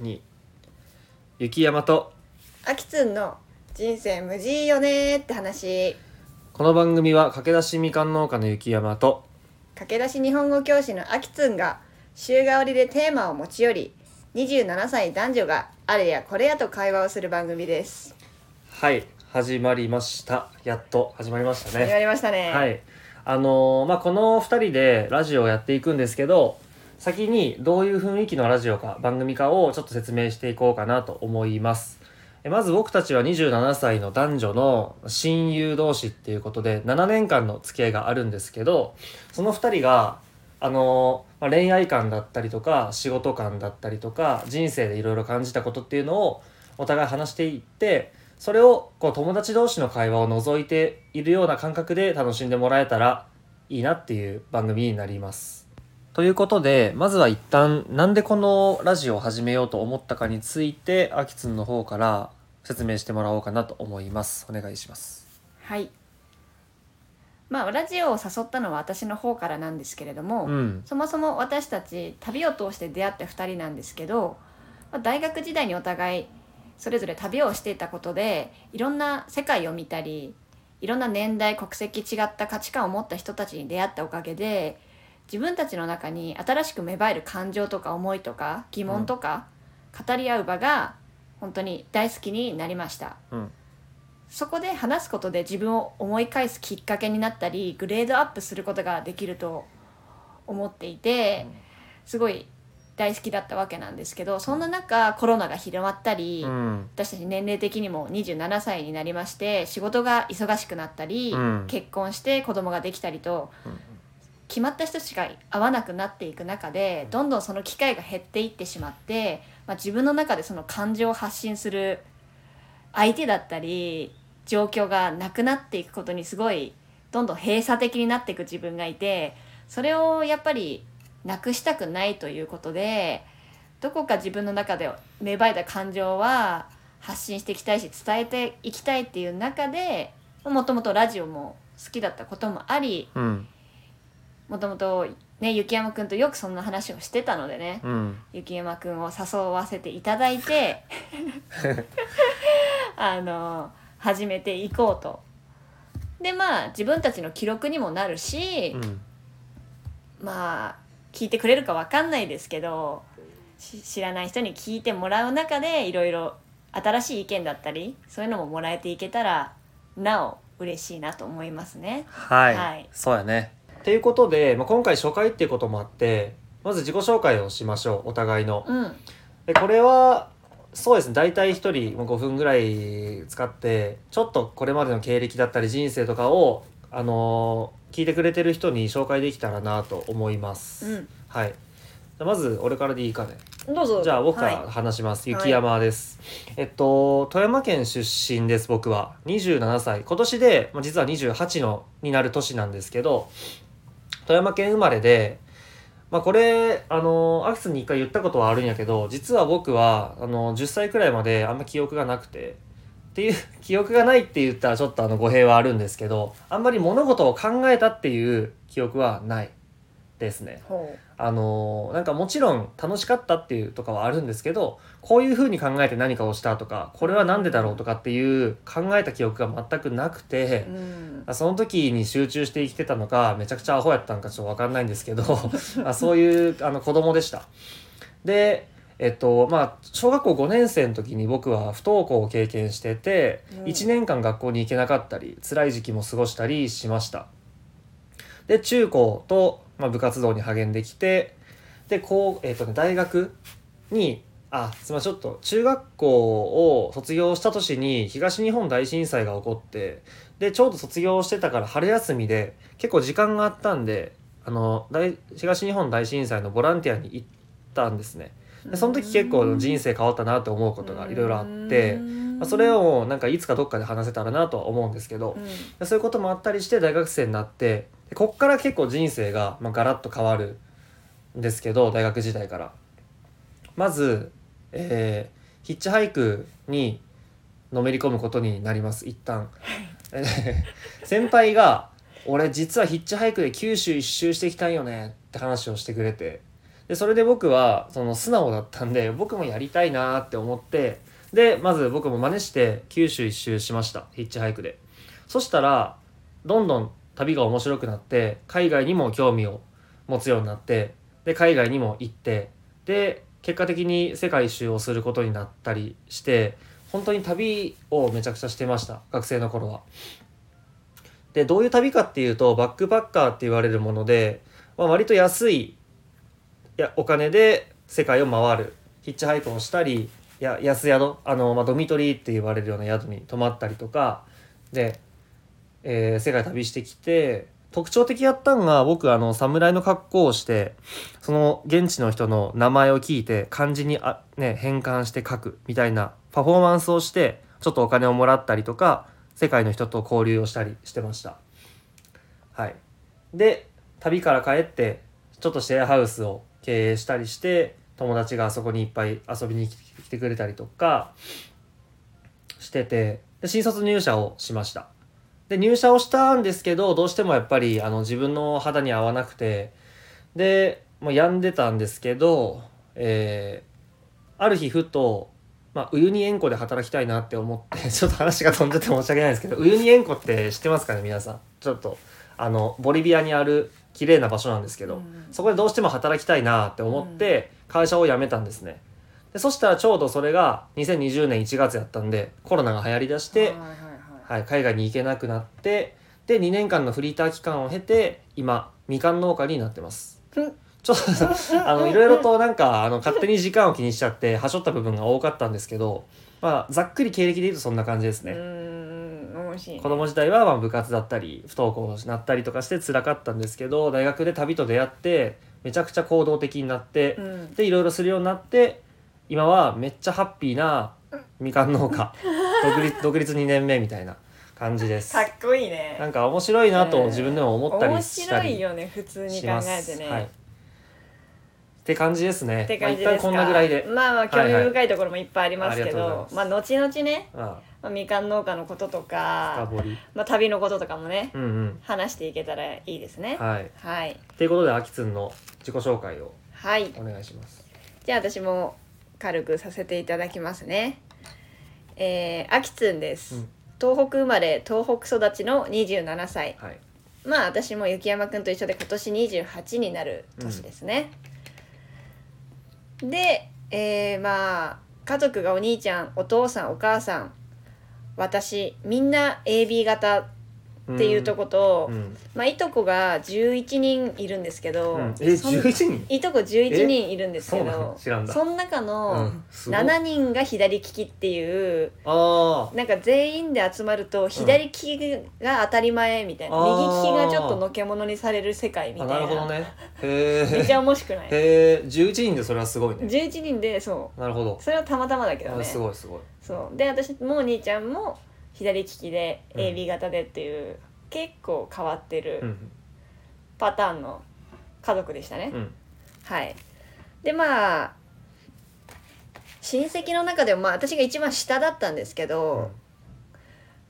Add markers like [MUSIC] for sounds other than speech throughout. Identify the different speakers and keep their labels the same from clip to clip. Speaker 1: に雪山と
Speaker 2: あきつんの人生無事よねーって話
Speaker 1: この番組は駆け出しみかん農家の雪山と
Speaker 2: 駆け出し日本語教師のあきつんが週替わりでテーマを持ち寄り27歳男女があれやこれやと会話をする番組です
Speaker 1: はい始まりましたやっと始まりました
Speaker 2: 始
Speaker 1: ね
Speaker 2: まりましたね
Speaker 1: はいあのーまあこの2人でラジオをやっていくんですけど先にどういう雰囲気のラジオか番組かをちょっと説明していこうかなと思いますえまず僕たちは27歳の男女の親友同士っていうことで7年間の付き合いがあるんですけどその2人があのーまあ、恋愛観だったりとか仕事観だったりとか人生でいろいろ感じたことっていうのをお互い話していってそれをこう友達同士の会話を覗いているような感覚で楽しんでもらえたらいいなっていう番組になります。ということでまずは一旦なんでこのラジオを始めようと思ったかについてあきつんの方から説明してもらおうかなと思います。お願いします。
Speaker 2: はいまあラジオを誘ったのは私の方からなんですけれども、
Speaker 1: うん、
Speaker 2: そもそも私たち旅を通して出会った2人なんですけど、まあ大学時代にお互いそれぞれ旅をしていたことでいろんな世界を見たりいろんな年代国籍違った価値観を持った人たちに出会ったおかげで自分たちの中に新しく芽生える感情とか思いとか疑問とか、語り合う場が本当に大好きになりました。
Speaker 1: うん、
Speaker 2: そこで話すことで自分を思い返すきっかけになったりグレードアップすることができると思っていて
Speaker 1: うん
Speaker 2: すごい大好きだったわけなんですけどそんな中コロナが広まったり
Speaker 1: うん、
Speaker 2: 私たち年齢的にも27歳になりまして仕事が忙しくなったり
Speaker 1: うん
Speaker 2: 結婚して子供ができたりと
Speaker 1: うん
Speaker 2: 決まった人しか会わなくなっていく中でどんどんその機会が減っていってしまって、まあ、自分の中でその感情を発信する相手だったり状況がなくなっていくことにすごいどんどん閉鎖的になっていく自分がいてそれをやっぱりなくしたくないということでどこか自分の中で芽生えた感情は発信していきたいし伝えていきたいっていう中でもともとラジオも好きだったこともあり
Speaker 1: うん、
Speaker 2: もともとね雪山くんとよくそんな話をしてたのでね
Speaker 1: うん、
Speaker 2: 雪山くんを誘わせていただいてあの始めていこうと。でまあ自分たちの記録にもなるし、
Speaker 1: うん、
Speaker 2: まあ聞いてくれるかわかんないですけどし知らない人に聞いてもらう中でいろいろ新しい意見だったりそういうのももらえていけたらなお嬉しいなと思いますね。
Speaker 1: はい、
Speaker 2: はい
Speaker 1: そうやね。ということで、まあ、今回初回っていうこともあってまず自己紹介をしましょうお互いの。
Speaker 2: うん、
Speaker 1: でこれはそうですね大体1人5分ぐらい使ってちょっとこれまでの経歴だったり人生とかを、あのー聞いてくれてる人に紹介できたらなと思います、
Speaker 2: うん
Speaker 1: はいじゃあまず俺からでいいかね
Speaker 2: どうぞ
Speaker 1: じゃあ僕か
Speaker 2: は
Speaker 1: ら
Speaker 2: い
Speaker 1: 話します、
Speaker 2: はい
Speaker 1: 雪山です、えっと富山県出身です僕は27歳今年でまあ実は28のになる年なんですけど富山県生まれでまあこれあのアキスに一回言ったことはあるんやけど実は僕はあの10歳くらいまであんま記憶がなくてっていう [LAUGHS] 記憶がないって言ったらちょっとあの語弊はあるんですけどあんまり物事を考えたっていう記憶はないですね
Speaker 2: ほ
Speaker 1: あのーなんかもちろん楽しかったっていうとかはあるんですけどこういうふうに考えて何かをしたとかこれは何でだろうとかっていう考えた記憶が全くなくて
Speaker 2: う、うん
Speaker 1: あその時に集中して生きてたのかめちゃくちゃアホやったんかちょっと分かんないんですけどあそういうあの子供でした。でえっとまあ、小学校5年生の時に僕は不登校を経験してて、
Speaker 2: うん
Speaker 1: 1年間学校に行けなかったり辛い時期も過ごしたりしましたで中高と、まあ、部活動に励んできてでこう、えっとね、大学にあすみませんちょっと中学校を卒業した年に東日本大震災が起こってでちょうど卒業してたから春休みで結構時間があったんであの大東日本大震災のボランティアに行ったんですねでその時結構人生変わったなと思うことがいろいろあって、まあ、それをなんかいつかどっかで話せたらなとは思うんですけど
Speaker 2: うん、
Speaker 1: でそういうこともあったりして大学生になってでこっから結構人生が、まあ、ガラッと変わるんですけど大学時代からまず、えーヒッチハイクにのめり込むことになります一旦 [LAUGHS] 先輩が「俺実はヒッチハイクで九州一周してきたんよね」って話をしてくれてでそれで僕はその素直だったんで僕もやりたいなーって思ってでまず僕も真似して九州一周しましたヒッチハイクでそしたらどんどん旅が面白くなって海外にも興味を持つようになってで海外にも行ってで結果的に世界一周をすることになったりして本当に旅をめちゃくちゃしてました学生の頃は。でどういう旅かっていうとバックパッカーって言われるもので、まあ、割と安いいやお金で世界を回るヒッチハイクをしたりいや安宿あの、まあ、ドミトリーって言われるような宿に泊まったりとかで、えー世界旅してきて特徴的やったんが僕あの侍の格好をしてその現地の人の名前を聞いて漢字にあ、ね、変換して書くみたいなパフォーマンスをしてちょっとお金をもらったりとか世界の人と交流をしたりしてました。はい、で旅から帰ってちょっとシェアハウスを経営したりして友達がそこにいっぱい遊びに来て来てくれたりとかしててで新卒入社をしましたで入社をしたんですけどどうしてもやっぱりあの自分の肌に合わなくてでもう病んでたんですけど、えーある日ふと、まあ、ウユニ塩湖で働きたいなって思って [LAUGHS] ちょっと話が飛んじゃって申し訳ないんですけどウユニ塩湖って知ってますかね皆さんちょっとあのボリビアにある綺麗な場所なんですけど、
Speaker 2: うん
Speaker 1: そこでどうしても働きたいなって思って会社を辞めたんですね。でそしたらちょうどそれが2020年1月やったんでコロナが流行りだして
Speaker 2: はい、はいは
Speaker 1: は
Speaker 2: い
Speaker 1: い、海外に行けなくなってで2年間のフリーター期間を経て今みかん農家になってます。ちょっと [LAUGHS] あのいろいろとなんかあの勝手に時間を気にしちゃってはしょった部分が多かったんですけど、まあ、ざっくり経歴で言うとそんな感じですね。
Speaker 2: うーん面白いね
Speaker 1: 子供時代はまあ部活だったり不登校になったりとかして辛かったんですけど大学で旅と出会ってめちゃくちゃ行動的になって
Speaker 2: う、ん
Speaker 1: でいろいろするようになって今はめっちゃハッピーなみかん農
Speaker 2: [LAUGHS]
Speaker 1: 家独立独立2年目みたいな感じです
Speaker 2: かっこいいね
Speaker 1: なんか面白いなと自分でも思ったり
Speaker 2: 面
Speaker 1: した
Speaker 2: 白い
Speaker 1: り
Speaker 2: よね普通に
Speaker 1: し
Speaker 2: 考
Speaker 1: ます
Speaker 2: えてね、
Speaker 1: はい、って感じですね
Speaker 2: って感じですか、
Speaker 1: まあ、一旦こんなぐらいで、
Speaker 2: まあまあ興味深いところもいっぱいありますけど、
Speaker 1: はいはいありがとうござい
Speaker 2: まあ後々ね、
Speaker 1: ま
Speaker 2: まあ、みかん農家のことと
Speaker 1: あ、深
Speaker 2: か、
Speaker 1: 掘り
Speaker 2: まあ、旅のこととかもね、
Speaker 1: うんうん
Speaker 2: 話していけたらいいですね
Speaker 1: はい
Speaker 2: はい
Speaker 1: ということであきつんの自己紹介を
Speaker 2: はい
Speaker 1: お願いします
Speaker 2: じゃあ私も軽くさせていただきますねえー、あきつんです、
Speaker 1: うん
Speaker 2: 東北生まれ東北育ちの27歳
Speaker 1: はい
Speaker 2: まあ私も雪山くんと一緒で今年28になる年ですね。で、えーまあ家族がお兄ちゃんお父さんお母さん私みんな AB 型っていうとこと、
Speaker 1: うん
Speaker 2: まあいとこが11人いるんですけど、
Speaker 1: うん、え
Speaker 2: そん
Speaker 1: 11人
Speaker 2: いとこ11人いるんですけ
Speaker 1: えそうな
Speaker 2: ど
Speaker 1: の知らんだ
Speaker 2: その中の
Speaker 1: ん、すごい
Speaker 2: 7人が左利きっていう。
Speaker 1: あ
Speaker 2: なんか全員で集まると左利きが当たり前みたいな、
Speaker 1: あー
Speaker 2: 右利きがちょっとのけものにされる世界み
Speaker 1: ーあ
Speaker 2: たい
Speaker 1: な
Speaker 2: な
Speaker 1: るほどねへ
Speaker 2: めっちゃ
Speaker 1: え
Speaker 2: 面白くない
Speaker 1: へえ11人でそれはすごいね
Speaker 2: 11人でそ
Speaker 1: なるほど
Speaker 2: うそれはたまたまだけど
Speaker 1: あ
Speaker 2: ね
Speaker 1: すごいすごい
Speaker 2: そうで私もお兄ちゃんも左利きで
Speaker 1: うん
Speaker 2: AB 型でっていう、結構変わって
Speaker 1: う
Speaker 2: る
Speaker 1: ん
Speaker 2: パターンの家族でしたね、
Speaker 1: うん
Speaker 2: はいでまあ親戚の中でもまあ私が一番下だったんですけど、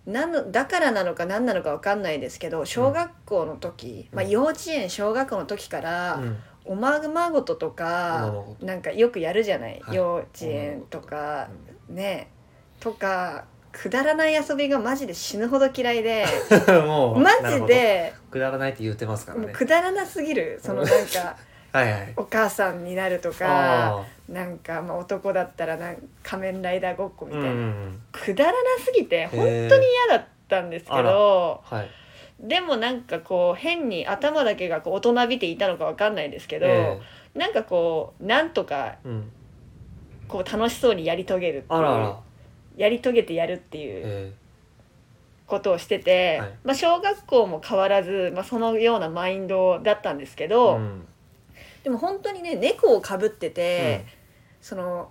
Speaker 2: なんのだからなのか何なのか分かんないですけど小学校の時、
Speaker 1: うん
Speaker 2: まあ、幼稚園小学校の時から、
Speaker 1: うん
Speaker 2: おまぐまごととか
Speaker 1: おままごと
Speaker 2: なんかよくやるじゃない、
Speaker 1: はい
Speaker 2: 幼稚園とか、ねとかくだらない遊びがマジで死ぬほど嫌い
Speaker 1: [LAUGHS]
Speaker 2: で
Speaker 1: うんもう
Speaker 2: マ
Speaker 1: なるほ
Speaker 2: ジ
Speaker 1: ど
Speaker 2: で
Speaker 1: くだらないって言ってますから
Speaker 2: もう
Speaker 1: ね
Speaker 2: くだらなすぎるそのなん
Speaker 1: [LAUGHS]
Speaker 2: か
Speaker 1: はいはい
Speaker 2: お母さんになるとか
Speaker 1: あ
Speaker 2: なんかまあ男だったらなん仮面ライダーごっこ
Speaker 1: あ
Speaker 2: み
Speaker 1: う
Speaker 2: た
Speaker 1: ん
Speaker 2: い
Speaker 1: うん
Speaker 2: な、
Speaker 1: うん
Speaker 2: くだらなすぎて本
Speaker 1: へ
Speaker 2: 当
Speaker 1: ー
Speaker 2: に嫌だったんですけ
Speaker 1: あ
Speaker 2: ど。
Speaker 1: はい
Speaker 2: でもなんかこう変に頭だけがこう大人びていたのかわかんないですけど、
Speaker 1: え
Speaker 2: なんかこうなんとか
Speaker 1: えうん
Speaker 2: こう楽しそうにやり遂げるっていう
Speaker 1: あらあら
Speaker 2: やり遂げてやるっていう
Speaker 1: え
Speaker 2: ことをしてて、
Speaker 1: はい
Speaker 2: まあ、小学校も変わらず、まあ、そのようなマインドだったんですけ
Speaker 1: え
Speaker 2: ど、
Speaker 1: うん
Speaker 2: でも本当にね猫をかぶってて、その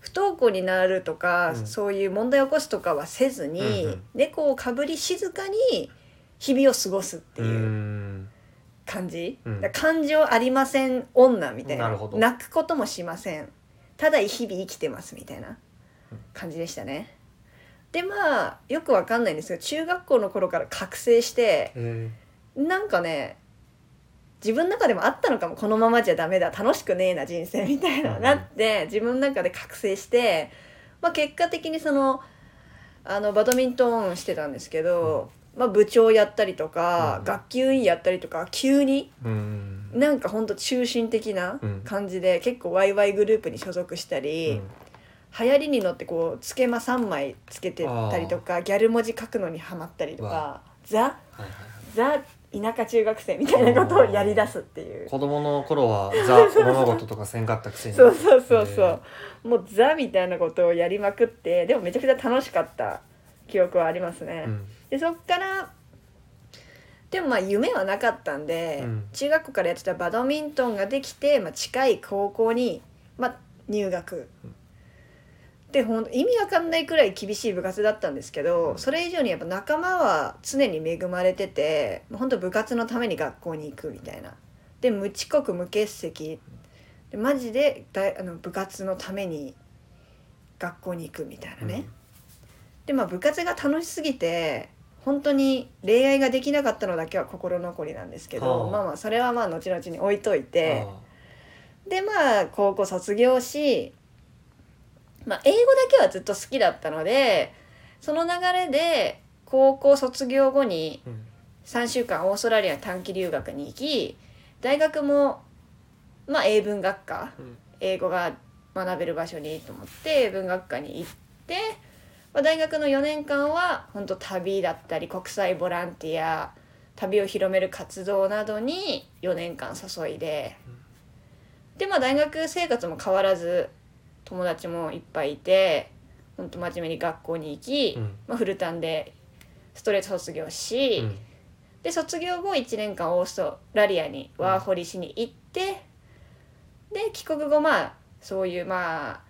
Speaker 2: 不登校になるとか、
Speaker 1: うん
Speaker 2: そういう問題を起こすとかはせずに、
Speaker 1: うんうん
Speaker 2: 猫をかぶり静かに日々を過ごすって
Speaker 1: う
Speaker 2: いう。
Speaker 1: ん
Speaker 2: 感じ、
Speaker 1: うん
Speaker 2: だから感情ありません女みたいな
Speaker 1: なるほど
Speaker 2: 泣くこともしませんただ日々生きてますみたいな感じでしたねでまあよくわかんないんですが中学校の頃から覚醒して
Speaker 1: え
Speaker 2: なんかね自分の中でもあったのかもこのままじゃダメだ楽しくねえな人生みたいな
Speaker 1: うん
Speaker 2: なって自分の中で覚醒して、まあ、結果的にそのあのバドミントンしてたんですけど、まあ、部長やったりとか、
Speaker 1: うん
Speaker 2: 学級委員やったりとか急に
Speaker 1: うん
Speaker 2: なんかほんと中心的な
Speaker 1: うん
Speaker 2: 感じで、結構ワイワイグループに所属したり。流行りに乗ってこうつけま3枚つけてたりとかギャル文字書くのにハマったりとかザ
Speaker 1: はいはいはい
Speaker 2: ザ田舎中学生みたいなことをやりだすっていう
Speaker 1: 子供の頃
Speaker 2: [LAUGHS]
Speaker 1: はザおままごととかせんかったくせに
Speaker 2: そうそうそうそ
Speaker 1: へ
Speaker 2: うもうザみたいなことをやりまくってでもめちゃくちゃ楽しかった記憶はありますね、
Speaker 1: うん
Speaker 2: でそっからでもまあ夢はなかったんで、
Speaker 1: うん
Speaker 2: 中学校からやってたバドミントンができて、まあ、近い高校に、まあ、入学、
Speaker 1: うん
Speaker 2: でほん意味わかんないくらい厳しい部活だったんですけど、
Speaker 1: うん
Speaker 2: それ以上にやっぱ仲間は常に恵まれててもうほんと部活のために学校に行くみたいな。で無遅刻無欠席でマジで大あの部活のために学校に行くみたいなね。
Speaker 1: うん
Speaker 2: でまあ部活が楽しすぎて本当に恋愛ができなかったのだけは心残りなんですけど
Speaker 1: はあ
Speaker 2: まあまあそれはまあ後々に置いとい
Speaker 1: あ
Speaker 2: て
Speaker 1: ー
Speaker 2: でまあ高校卒業し、まあ、英語だけはずっと好きだったのでその流れで高校卒業後に
Speaker 1: うん
Speaker 2: 3週間オーストラリアに短期留学に行き大学もまあ英文学科
Speaker 1: うん
Speaker 2: 英語が学べる場所にと思って文学科に行って、まあ、大学の4年間は本当旅だったり国際ボランティア旅を広める活動などに4年間注いでで、まあ、大学生活も変わらず友達もいっぱいいて本当真面目に学校に行き、
Speaker 1: うん
Speaker 2: まあ、フルタンでストレート卒業し、
Speaker 1: うん
Speaker 2: で卒業後1年間オーストラリアにワーホリしに行って、で帰国後まあそういうまあ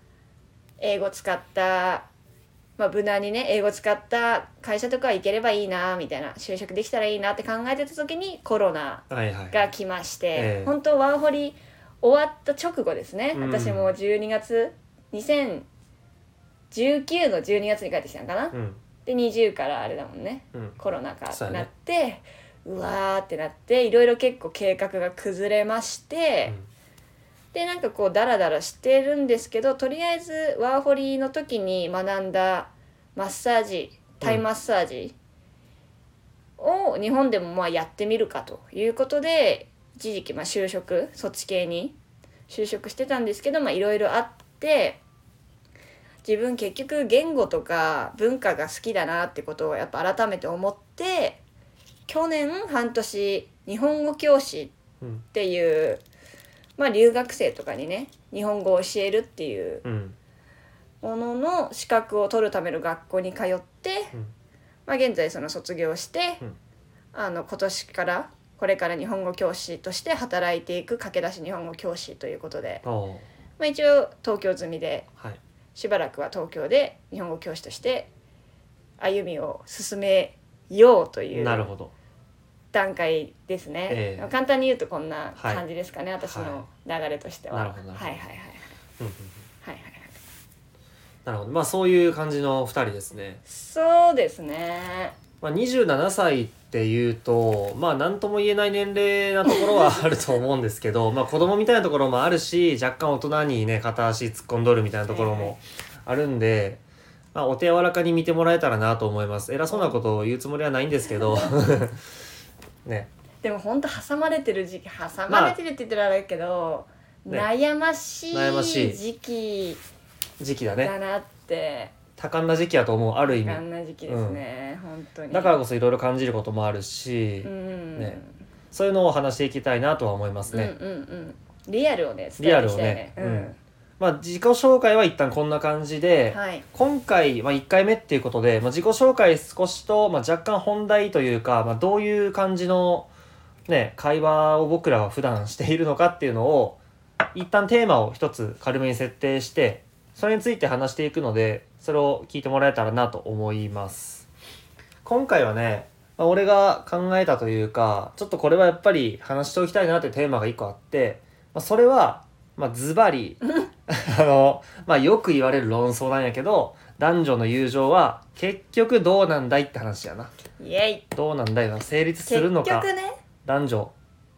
Speaker 2: 英語使った、まあ、無難にね英語使った会社とか行ければいいなみたいな就職できたらいいなって考えてた時にコロナ
Speaker 1: はいはい
Speaker 2: が来まして、
Speaker 1: ええ
Speaker 2: 本当ワーホリ終わった直後ですね、
Speaker 1: うん
Speaker 2: 私も12月2019の12月に帰ってきたのかな、
Speaker 1: うん
Speaker 2: で20からあれだもんね
Speaker 1: うん
Speaker 2: コロナ禍
Speaker 1: そう
Speaker 2: に
Speaker 1: や
Speaker 2: な
Speaker 1: ね
Speaker 2: ってう,、わーってなっていろいろ結構計画が崩れまして、でなんかこうダラダラしてるんですけどとりあえずワーホリの時に学んだマッサージタイマッサージを日本でもまあやってみるかということで一時期まあ就職そっち系に就職してたんですけどまあいろいろあって自分結局言語とか文化が好きだなってことをやっぱ改めて思って去年半年日本語教師
Speaker 1: うん
Speaker 2: っていう、まあ、留学生とかにね日本語を教えるっていう
Speaker 1: うん
Speaker 2: ものの資格を取るための学校に通って、
Speaker 1: うん
Speaker 2: まあ、現在その卒業して、
Speaker 1: うん
Speaker 2: あの今年からこれから日本語教師として働いていく駆け出し日本語教師ということで、
Speaker 1: あー
Speaker 2: まあ、一応東京済みで
Speaker 1: はい
Speaker 2: しばらくは東京で日本語教師として歩みを進めようという
Speaker 1: なるほど
Speaker 2: 段階ですね、
Speaker 1: ええ
Speaker 2: 簡単に言うとこんな感じですかね、私の流れとしては、
Speaker 1: な
Speaker 2: は
Speaker 1: る
Speaker 2: い、
Speaker 1: ほどなるほ
Speaker 2: は
Speaker 1: ど
Speaker 2: いはいはい
Speaker 1: うんうんうん
Speaker 2: はいはい
Speaker 1: なるほどまあそういう感じの2人ですね
Speaker 2: そうですね
Speaker 1: まあ、27歳っていうとまあ何とも言えない年齢なところはあると思うんですけど [LAUGHS] まあ子供みたいなところもあるし若干大人にね片足突っ込んどるみたいなところもあるんで、まあ、お手柔らかに見てもらえたらなと思います偉そうなことを言うつもりはないんですけ
Speaker 2: [LAUGHS]
Speaker 1: どね
Speaker 2: でも本当挟まれてる時期挟まれてるって言ったらあれだけど、
Speaker 1: ね
Speaker 2: 悩まし
Speaker 1: 悩ましい
Speaker 2: い時期
Speaker 1: 時期だね
Speaker 2: だなって、
Speaker 1: 多感な時期やと思うある意
Speaker 2: あ
Speaker 1: 味
Speaker 2: んな時期ですね、本当に
Speaker 1: だからこそいろいろ感じることもあるし、
Speaker 2: うん、
Speaker 1: ねそういうのを話していきたいなとは思います
Speaker 2: うんう
Speaker 1: ね、
Speaker 2: んうんリアルをね伝
Speaker 1: リア
Speaker 2: えて
Speaker 1: ル
Speaker 2: い
Speaker 1: を
Speaker 2: きたいね
Speaker 1: ねまあ自己紹介は一旦こんな感じで、
Speaker 2: うん、はい
Speaker 1: 今回、まあ、1回目っていうことで、まあ、自己紹介少しと、まあ、若干本題というか、まあ、どういう感じの、ね、会話を僕らは普段しているのかっていうのを一旦テーマを一つ軽めに設定してそれについて話していくのでそれを聞いてもらえたらなと思います今回はね、まあ、俺が考えたというかちょっとこれはやっぱり話しておきたいなというテーマが1個あって、まあ、それは、まあ、ズバリあの、まあ、よく言われる論争なんやけど男女の友情は結局どうなんだいって話やな
Speaker 2: イエイ
Speaker 1: どうなんだいは成立す
Speaker 2: 結
Speaker 1: るの
Speaker 2: 局
Speaker 1: か
Speaker 2: ね
Speaker 1: 男女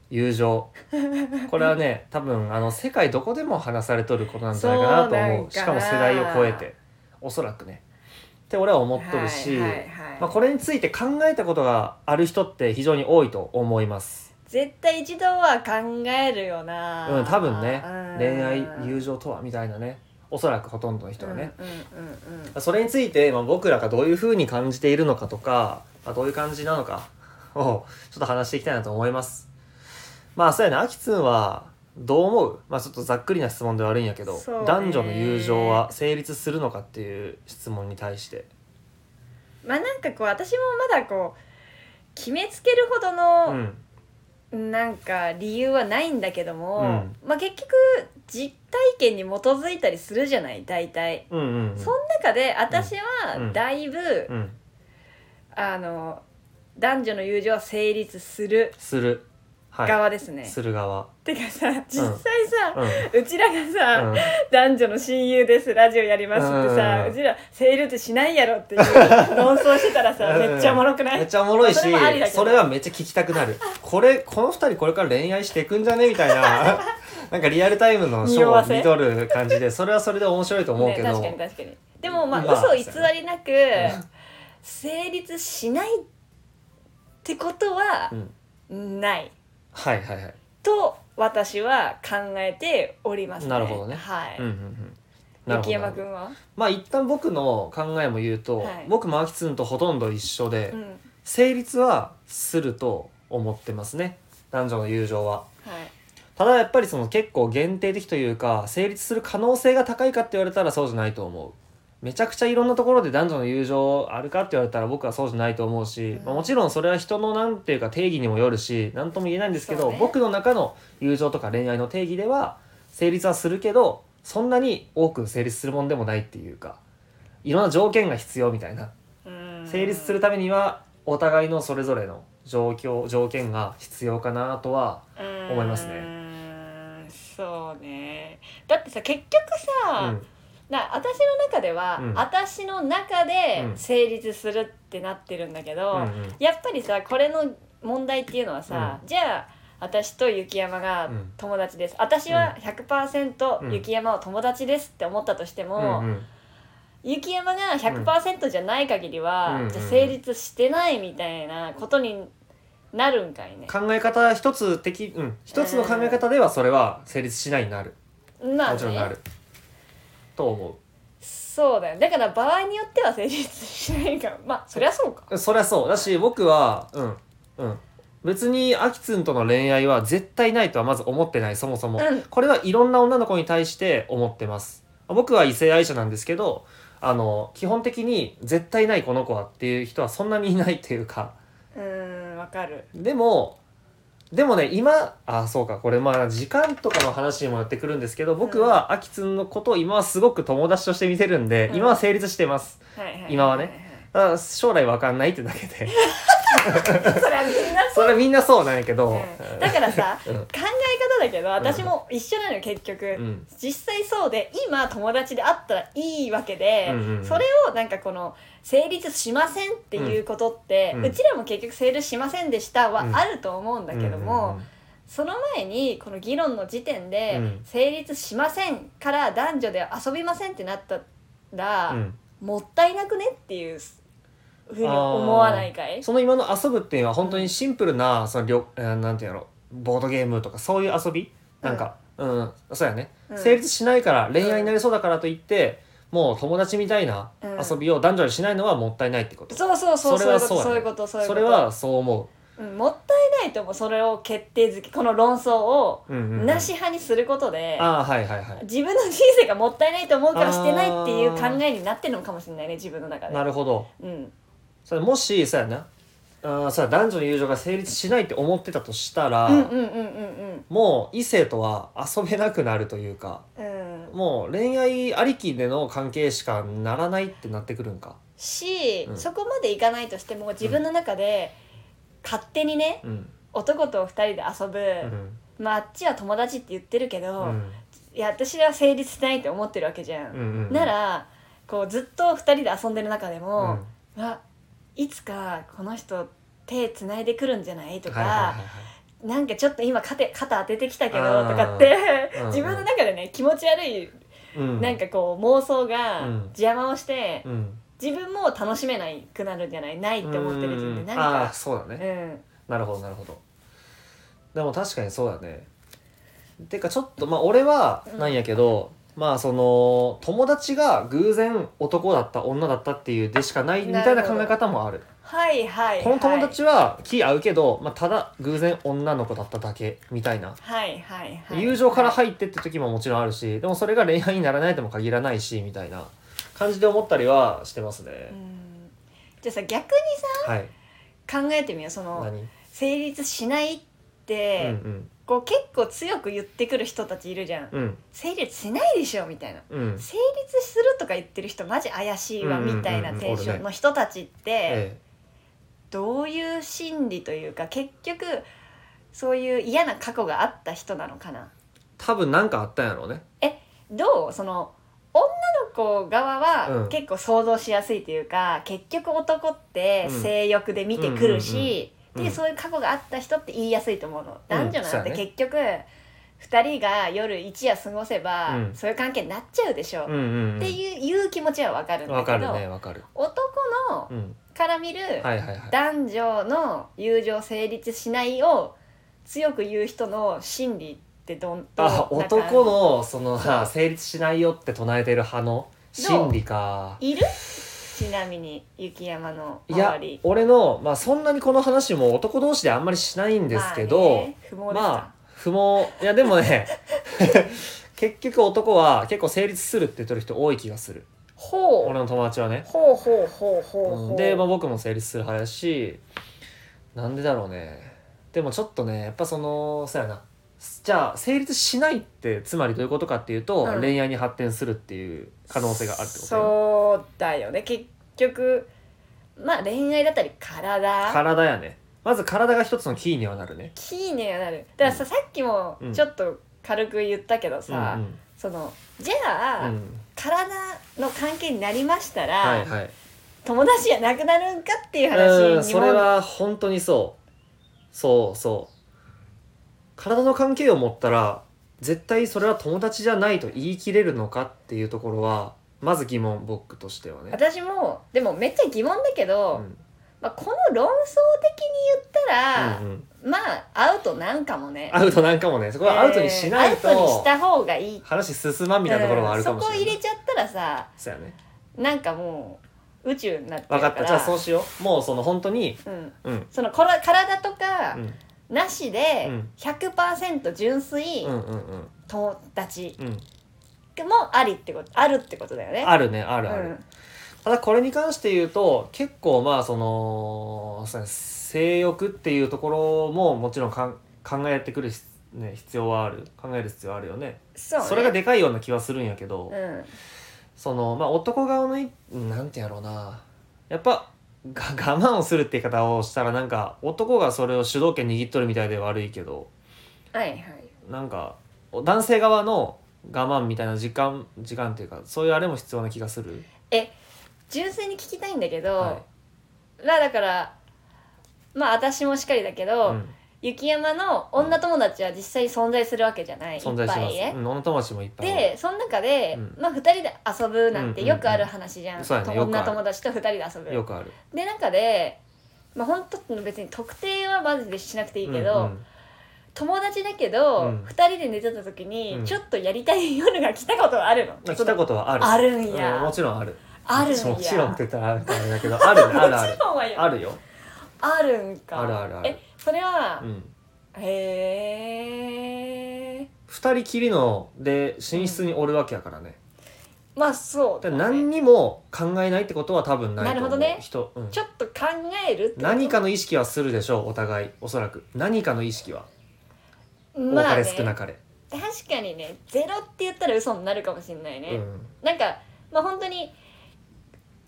Speaker 1: 友情これは
Speaker 2: [LAUGHS]
Speaker 1: ね多分あの世界どこでも話されとることなんじゃないかなと
Speaker 2: そうなん
Speaker 1: 思
Speaker 2: か
Speaker 1: う
Speaker 2: な
Speaker 1: しかも世代を超えておそらくねって俺は思っとるし、
Speaker 2: はいはいはい
Speaker 1: まあ、これについて考えたことがある人って非常に多いと思います、
Speaker 2: 絶対一度は考えるよな
Speaker 1: うん、多分ね
Speaker 2: うん
Speaker 1: 恋愛友情とはみたいなねおそらくほとんどの人はね、
Speaker 2: うんうんうんうん
Speaker 1: それについて、まあ、僕らがどういうふうに感じているのかとか、まあ、どういう感じなのか [LAUGHS] をちょっと話していきたいなと思います。まあそうやね、あきつんはどう思うまあちょっとざっくりな質問ではあるんやけど、
Speaker 2: そうね
Speaker 1: 男女の友情は成立するのかっていう質問に対して。
Speaker 2: まあなんかこう私もまだこう決めつけるほど
Speaker 1: う
Speaker 2: の、
Speaker 1: ん。
Speaker 2: なんか理由はないんだけども、
Speaker 1: う
Speaker 2: まあ結局実体験に基づいたりするじゃない大体。
Speaker 1: うんうんうん。
Speaker 2: その中で私
Speaker 1: うん
Speaker 2: はだいぶ、
Speaker 1: うん。
Speaker 2: あの男女の友情は成立する
Speaker 1: する。は
Speaker 2: 側ですね。
Speaker 1: い。する側。
Speaker 2: てかさ実際さ、
Speaker 1: うん。うん。
Speaker 2: [LAUGHS] うちらがさ、男女の親友ですラジオやりますってさ、
Speaker 1: う
Speaker 2: うんちら成立しないやろっていう論争してたらさ、
Speaker 1: うん
Speaker 2: めっちゃおもろくない
Speaker 1: めっちゃおもろいし
Speaker 2: それもありだけど
Speaker 1: それはめっちゃ聞きたくなるこれこの二人これから恋愛していくんじゃねみたいな [LAUGHS] なんかリアルタイムのショ
Speaker 2: 匂
Speaker 1: ー
Speaker 2: わ
Speaker 1: を
Speaker 2: せ
Speaker 1: 見とる感じでそれはそれで面白いと思うけ
Speaker 2: ね、
Speaker 1: ど、
Speaker 2: 確かに確かにでもまあ
Speaker 1: まあ
Speaker 2: 嘘を偽りなく成立しないってことは
Speaker 1: うん、
Speaker 2: ない
Speaker 1: はいはいはい、
Speaker 2: と私は考えておりますね
Speaker 1: なるほどね
Speaker 2: はい、
Speaker 1: うんうんうんなる
Speaker 2: 雪
Speaker 1: ほどな
Speaker 2: 山
Speaker 1: るほ
Speaker 2: く
Speaker 1: ど
Speaker 2: んは、
Speaker 1: まあ一旦僕の考えも言うと、
Speaker 2: はい
Speaker 1: 僕もアキツンとほとんど一緒で、
Speaker 2: うん、はい
Speaker 1: 成立はすると思ってますね男女の友情はただやっぱりその結構限定的というか成立する可能性が高いかって言われたらそうじゃないと思うめちゃくちゃいろんなところで男女の友情あるかって言われたら僕はそうじゃないと思うし、
Speaker 2: うん
Speaker 1: まあもちろんそれは人のなんていうか定義にもよるし何とも言えないんですけ
Speaker 2: そ
Speaker 1: ど、
Speaker 2: うね
Speaker 1: 僕の中の友情とか恋愛の定義では成立はするけどそんなに多く成立するもんでもないっていうかいろんな条件が必要みたいな
Speaker 2: うん
Speaker 1: 成立するためにはお互いのそれぞれの状況条件が必要かなとは思いますね
Speaker 2: うーんそうねだってさ結局さ、
Speaker 1: うん
Speaker 2: な私の中では、
Speaker 1: うん
Speaker 2: 私の中で
Speaker 1: うん
Speaker 2: 成立するってなってるんだけど、
Speaker 1: うんうん
Speaker 2: やっぱりさこれの問題っていうのはさ、じゃあ私と雪山が
Speaker 1: うん
Speaker 2: 友達です、私は
Speaker 1: うん
Speaker 2: 100%雪山を友達ですって思ったとしても、
Speaker 1: うんうん
Speaker 2: 雪山が100%じゃない限りは、
Speaker 1: うん
Speaker 2: じゃあ成立してないみたいなことになるんかいね。
Speaker 1: 考え方一つ的うん一つの考え方ではそれは成立しないになる、
Speaker 2: まあ
Speaker 1: もちろんな
Speaker 2: ね
Speaker 1: ると思
Speaker 2: そうだよだから場合によっては成立しないからまあそりゃそうか
Speaker 1: うそりゃそうだし僕はうんうん別にアキツンとの恋愛は絶対ないとはまず思ってないそもそも、
Speaker 2: うん
Speaker 1: これはいろんな女の子に対して思ってます僕は異性愛者なんですけどあの基本的に絶対ないこの子はっていう人はそんなにいないっていうか
Speaker 2: うーんわかる
Speaker 1: でもでもね今あそうかこれまあ時間とかの話にもやってくるんですけど僕はあきつんのことを今はすごく友達として見てるんで、
Speaker 2: うん
Speaker 1: 今は成立してます
Speaker 2: はいはいいい
Speaker 1: 今はねただ将来わかんないってだけ
Speaker 2: [LAUGHS]
Speaker 1: で
Speaker 2: それはみんな
Speaker 1: それはみんなそうなんやけど、
Speaker 2: うんだからさ
Speaker 1: うん
Speaker 2: 考え方だけど私も一緒なのよ結局、
Speaker 1: うん
Speaker 2: 実際そうで今友達で会ったらいいわけで、
Speaker 1: うんうんうん
Speaker 2: それをなんかこの成立しませんっていうことって、
Speaker 1: う
Speaker 2: うんちらも結局成立しませんでしたはあると思うんだけども、
Speaker 1: うんうんうん
Speaker 2: その前にこの議論の時点で
Speaker 1: うん
Speaker 2: 成立しませんから男女で遊びませんってなったら、
Speaker 1: うん
Speaker 2: もったいなくねっていうふうに思わないかい
Speaker 1: その今の遊ぶっていうのは本当にシンプルなそのりょ、えーなんていうのボードゲームとかそういう遊びなんか、うんそうやね、
Speaker 2: うん
Speaker 1: 成立しないから恋愛になりそうだからといって、もう友達みたいな
Speaker 2: うん
Speaker 1: 遊びを男女でしないのはもったいないってこと、
Speaker 2: そうそうそう
Speaker 1: そ
Speaker 2: そ
Speaker 1: れは
Speaker 2: ういうこと
Speaker 1: そう
Speaker 2: そ
Speaker 1: や
Speaker 2: うい
Speaker 1: ね
Speaker 2: うことそういう
Speaker 1: そ
Speaker 2: こ
Speaker 1: れ
Speaker 2: と
Speaker 1: はそう思
Speaker 2: うん、もったいないと思うそれを決定づけこの論争を
Speaker 1: う、うんうんうん
Speaker 2: なし派にすることで、
Speaker 1: ああはいはいはい
Speaker 2: 自分の人生がもったいないと思うからしてないっていう考えになってるのかもしれないね自分の中で
Speaker 1: なるほど
Speaker 2: うん
Speaker 1: それもしそうやなあーそうや男女の友情が成立しないって思ってたとしたら、
Speaker 2: うんうんうんうん
Speaker 1: もう異性とは遊べなくなるというか
Speaker 2: うんうん
Speaker 1: もう恋愛ありきでの関係しかならないってなってくるんか。
Speaker 2: し、
Speaker 1: うん
Speaker 2: そこまでいかないとしても自分の中で勝手にね
Speaker 1: うん。
Speaker 2: 男と二人で遊ぶ、
Speaker 1: うん。
Speaker 2: まああっちは友達って言ってるけ
Speaker 1: う
Speaker 2: ど、
Speaker 1: ん。
Speaker 2: いや私は成立しないって思ってるわけじゃん、
Speaker 1: うん。
Speaker 2: な、らこうずっと二人で遊んでる中で
Speaker 1: うん。
Speaker 2: も、あいつかこの人手つないでくるんじゃないとか、
Speaker 1: はいはいはいはい
Speaker 2: なんかちょっと今肩肩当ててきたけど
Speaker 1: あー
Speaker 2: とかって
Speaker 1: うんうん
Speaker 2: [LAUGHS] 自分の中でね気持ち悪い
Speaker 1: うん
Speaker 2: なんかこう妄想が
Speaker 1: うん
Speaker 2: 邪魔をして
Speaker 1: うん
Speaker 2: 自分も楽しめないくなるんじゃないないって思ってる自分でなん
Speaker 1: ああー
Speaker 2: か
Speaker 1: そうだ
Speaker 2: う
Speaker 1: ね
Speaker 2: ん
Speaker 1: なるほどなるほどでも確かにそうだねてかちょっとまあ俺は
Speaker 2: うん
Speaker 1: なんやけど、まあその友達が偶然男だった女だったっていうでしかないみたいな
Speaker 2: なる
Speaker 1: 考
Speaker 2: ほど
Speaker 1: え方もある
Speaker 2: はいはい
Speaker 1: この友達は気合うけど、まあ、ただ偶然女の子だっただけみたいな、
Speaker 2: はいはいはい
Speaker 1: 友情から入ってって時ももちろんあるしでもそれが恋愛にならないとも限らないしみたいな感じで思ったりはしてます
Speaker 2: う
Speaker 1: ね、
Speaker 2: んじゃあさ逆
Speaker 1: はい
Speaker 2: に考えてみようその
Speaker 1: 何
Speaker 2: 成立しないっ
Speaker 1: う
Speaker 2: て、
Speaker 1: ん
Speaker 2: こう結構強く言ってくる人たちいるじゃん
Speaker 1: うんうん
Speaker 2: 成立しないでしょみたいな
Speaker 1: うん
Speaker 2: 成立するとか言ってる人マジ怪しいわ
Speaker 1: うんうんうんうん
Speaker 2: みたいなテンションの人たちって
Speaker 1: え
Speaker 2: どういう心理というか結局そういう嫌な過去があった人なのかな
Speaker 1: え多分なんかあったんやろうね
Speaker 2: どうその女の子側
Speaker 1: う
Speaker 2: は
Speaker 1: ん
Speaker 2: 結構想像しやすいというか、結局男って
Speaker 1: うん
Speaker 2: 性欲で見てくるし、
Speaker 1: うんうんうん
Speaker 2: でそういう過去があった人って言いやすいと思うの。男女
Speaker 1: そうや
Speaker 2: なん
Speaker 1: ね
Speaker 2: て結局2人が夜一夜過ごせば、
Speaker 1: うん
Speaker 2: そういう関係になっちゃうでしょ、
Speaker 1: うんうんうん
Speaker 2: っていういう気持ちはわかるんだ
Speaker 1: わ
Speaker 2: け
Speaker 1: か
Speaker 2: ど、
Speaker 1: るねわかる、
Speaker 2: 男の
Speaker 1: うん、
Speaker 2: から見る
Speaker 1: はいはいはい
Speaker 2: 男女の友情成立しないを強く言う人の心理ってどんどん
Speaker 1: あ
Speaker 2: なんか
Speaker 1: 男のそのさ成立しないよって唱えてる派の心理か
Speaker 2: いるちなみに雪山の
Speaker 1: いや
Speaker 2: 周り
Speaker 1: 俺のまあそんなにこの話も男同士であんまりしないんですけ
Speaker 2: まあ
Speaker 1: ど
Speaker 2: ね不毛ですか、
Speaker 1: まあ不毛いやでも
Speaker 2: [LAUGHS]
Speaker 1: ね結局男は結構成立するって言ってる人多い気がする
Speaker 2: ほ
Speaker 1: 俺
Speaker 2: う
Speaker 1: の友達はね
Speaker 2: ほうほうほうほうほ
Speaker 1: う
Speaker 2: うん
Speaker 1: で、まあ、僕も成立する派やしなんでだろうねでもちょっとねやっぱそのそうやなじゃあ成立しないってつまりどういうことかっていうと、
Speaker 2: うん
Speaker 1: 恋愛に発展するっていう可能性があるってことだよね
Speaker 2: そうだよね結局まあ恋愛だったり体
Speaker 1: 体やねまず体が一つのキーにはなるね
Speaker 2: キーにはなるだからさ、さっきも
Speaker 1: うん
Speaker 2: ちょっと軽く言ったけどさ、
Speaker 1: うんうん
Speaker 2: そのじゃあ、
Speaker 1: うん
Speaker 2: 体の関係になりましたら、
Speaker 1: はいはい
Speaker 2: 友達じゃなくなるんかっていう
Speaker 1: う
Speaker 2: 話
Speaker 1: ん
Speaker 2: に
Speaker 1: そ
Speaker 2: も
Speaker 1: れは本当にそうそうそう体の関係を持ったら絶対それは友達じゃないと言い切れるのかっていうところはまず疑問僕としてはね
Speaker 2: 私もでもめっちゃ疑問だけど、
Speaker 1: うん
Speaker 2: まあ、この論争的に言ったら、
Speaker 1: うんうん
Speaker 2: まあアウトなんかもね
Speaker 1: アウトなんかもねそこはアウトにしないと
Speaker 2: えーアウトにした方がいい
Speaker 1: 話進まんみたいなところはあるかもしれない、
Speaker 2: うんそこ入れちゃったらさ
Speaker 1: そうやね
Speaker 2: なんかもう宇宙になってるか
Speaker 1: 分
Speaker 2: ら
Speaker 1: かったじゃあそうしようもうその本当に
Speaker 2: うん、
Speaker 1: うん
Speaker 2: そのこら体とか
Speaker 1: うん
Speaker 2: なし
Speaker 1: う
Speaker 2: で
Speaker 1: ん
Speaker 2: 100%純粋
Speaker 1: うんうんうん
Speaker 2: 友達
Speaker 1: うん
Speaker 2: もありってことあるってことだよね。
Speaker 1: あるねあるある、
Speaker 2: うん
Speaker 1: ただこれに関して言うと結構まあそのそうね性欲っていうところももちろんかん考えてくるし、ね、必要はある考える必要はあるよね
Speaker 2: そうね
Speaker 1: れがでかいような気はするんやけど、
Speaker 2: うん
Speaker 1: そのまあ男側のいなんてやろうなやっぱが我慢をするって言い方をしたらなんか男がそれを主導権握っとるみたいで悪いけど
Speaker 2: はいはい。
Speaker 1: なんかお男性側の我慢みたいな時間時間っていうかそういうあれも必要な気がする。
Speaker 2: 純粋に聞きたいんだけど、
Speaker 1: は
Speaker 2: まあだからまあ私もしっかりだけ
Speaker 1: い
Speaker 2: ど、
Speaker 1: うん
Speaker 2: 雪山の女友達は実際に存在するわけじゃない、
Speaker 1: 存在し
Speaker 2: いっ
Speaker 1: ま
Speaker 2: ぱい
Speaker 1: す。
Speaker 2: ね
Speaker 1: う。ん、女友達もいっぱいおる。
Speaker 2: でその中で、
Speaker 1: うん
Speaker 2: まあ、2人で遊ぶなんて
Speaker 1: うんうんうん
Speaker 2: よくある話じゃん、
Speaker 1: そうやねよくあ
Speaker 2: 女
Speaker 1: る
Speaker 2: 友達と2人で遊
Speaker 1: よ
Speaker 2: ぶ
Speaker 1: くある。
Speaker 2: で中で、まあ、本当別に特定はマジでしなくていいけど、友達だけど、
Speaker 1: うん
Speaker 2: 2人で寝てた時に、
Speaker 1: うん
Speaker 2: ちょっとやりたい夜が来たことはあるの
Speaker 1: うん、来たことはある。
Speaker 2: あるんや
Speaker 1: うもちろんある。
Speaker 2: あるんや
Speaker 1: もちろんって言ったらあるかもだけど、あるね、あるあ
Speaker 2: も
Speaker 1: る
Speaker 2: [LAUGHS] ち。ろんはよ
Speaker 1: あるよ。
Speaker 2: あるんか
Speaker 1: あるあるある
Speaker 2: えそれは
Speaker 1: う、ん。
Speaker 2: へえ
Speaker 1: 二人きりので寝室におるわけやからね。
Speaker 2: まあそう
Speaker 1: だ
Speaker 2: だ
Speaker 1: か
Speaker 2: ね、
Speaker 1: ら何にも考えないってことは多分ないと思う。
Speaker 2: なるほどね
Speaker 1: 人、うん
Speaker 2: ちょっと考えるってこと
Speaker 1: 何かの意識はするでしょう、お互い、おそらく。何かの意識は。多
Speaker 2: ま
Speaker 1: か
Speaker 2: あ、
Speaker 1: れ
Speaker 2: ね、
Speaker 1: 少なかれ。
Speaker 2: 確かにねゼロって言ったら嘘になるかもしれないね、
Speaker 1: うん。
Speaker 2: なんかまあ本当に